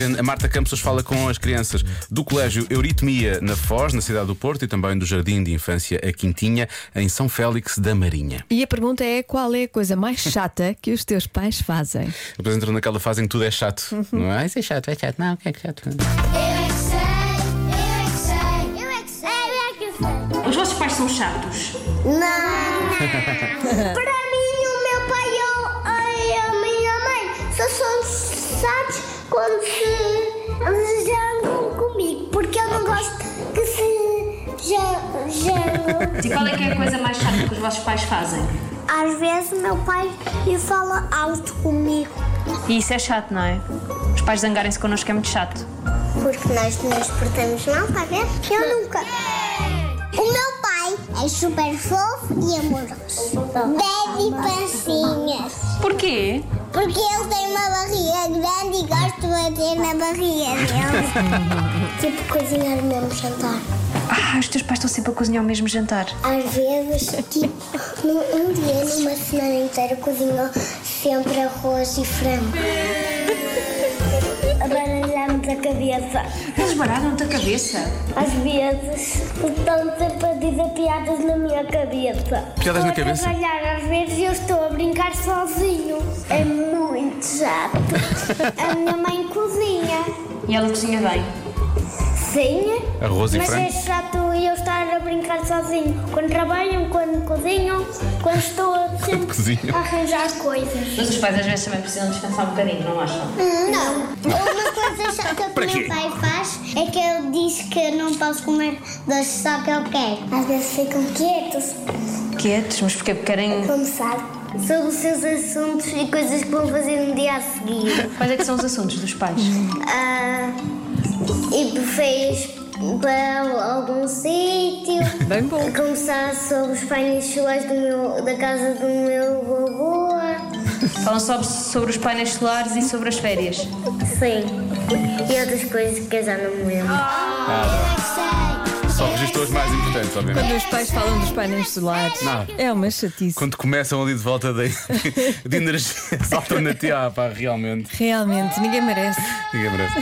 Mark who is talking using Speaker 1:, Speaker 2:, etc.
Speaker 1: A Marta Campos hoje fala com as crianças do Colégio Euritmia, na Foz, na cidade do Porto, e também do Jardim de Infância A Quintinha, em São Félix da Marinha.
Speaker 2: E a pergunta é qual é a coisa mais chata que os teus pais fazem?
Speaker 1: Depois entram naquela fase em que tudo é chato, não é? "Ah, Isso é chato, é chato, não, o que é que é chato?
Speaker 3: Eu é que sei, eu é que sei, eu é que sei, eu é que sei.
Speaker 4: Os vossos pais são chatos.
Speaker 3: Não! Para mim, o meu pai e a minha mãe só são chatos quando se jangam comigo, porque eu não gosto que se jangam.
Speaker 4: E qual é que é a coisa mais chata que os vossos pais fazem?
Speaker 3: Às vezes, meu pai e fala alto comigo,
Speaker 5: E isso é chato, não é? Os pais zangarem-se connosco é muito chato.
Speaker 3: porque nós nos portamos mal, está a ver? tá Eu nunca. O meu pai é super fofo e amoroso. Bebe pancinhas.
Speaker 5: Porquê?
Speaker 3: Porque ele tem uma barriga grande e gosto de bater na barriga dele. tipo cozinhar o mesmo jantar.
Speaker 5: Ah, os teus pais estão sempre a cozinhar o mesmo jantar.
Speaker 3: Às vezes, tipo, num, um dia, numa semana inteira, cozinhou sempre arroz e frango. Baralhamos a cabeça.
Speaker 4: Eles baralham-te a cabeça.
Speaker 3: Às vezes estão sempre a dizer piadas na minha cabeça.
Speaker 1: Piadas na
Speaker 3: estou
Speaker 1: cabeça?
Speaker 3: A trabalhar, às vezes eu estou a brincar sozinho. É muito chato. a minha mãe cozinha.
Speaker 5: E ela cozinha bem.
Speaker 3: Sim.
Speaker 1: Arroz e
Speaker 3: Mas é
Speaker 1: frango?
Speaker 3: chato eu estar a brincar sozinho. Quando trabalham, quando cozinham, quando estou a sempre
Speaker 1: cozinham.
Speaker 3: a arranjar coisas.
Speaker 5: Mas os pais às vezes também precisam descansar um bocadinho, não acham?
Speaker 3: Não. Uma coisa chata que
Speaker 1: Para
Speaker 3: o
Speaker 1: quê?
Speaker 3: meu pai faz é que ele diz que eu não posso comer doce só que eu quero. Às vezes ficam quietos,
Speaker 4: é,
Speaker 5: Quietos, mas porquê? Porque querem.
Speaker 3: começar sobre os seus assuntos e coisas que vão fazer no dia a seguir.
Speaker 5: Quais é que são os assuntos dos pais?
Speaker 3: Ah, e fez para algum sítio.
Speaker 2: Bem bom.
Speaker 3: Começar sobre os painéis solares do meu- da casa do meu avô.
Speaker 5: Falam só sobre os painéis solares e sobre as férias.
Speaker 3: Sim. E outras coisas que eu já não me lembro.
Speaker 1: é? Só registou as mais importantes, obviamente.
Speaker 2: Quando os pais falam dos painéis solares,
Speaker 1: Não.
Speaker 2: é uma chatice.
Speaker 1: Quando começam ali de volta de, de energias alternativas, ah, pá, realmente.
Speaker 2: Realmente, ninguém merece.
Speaker 1: Ninguém merece.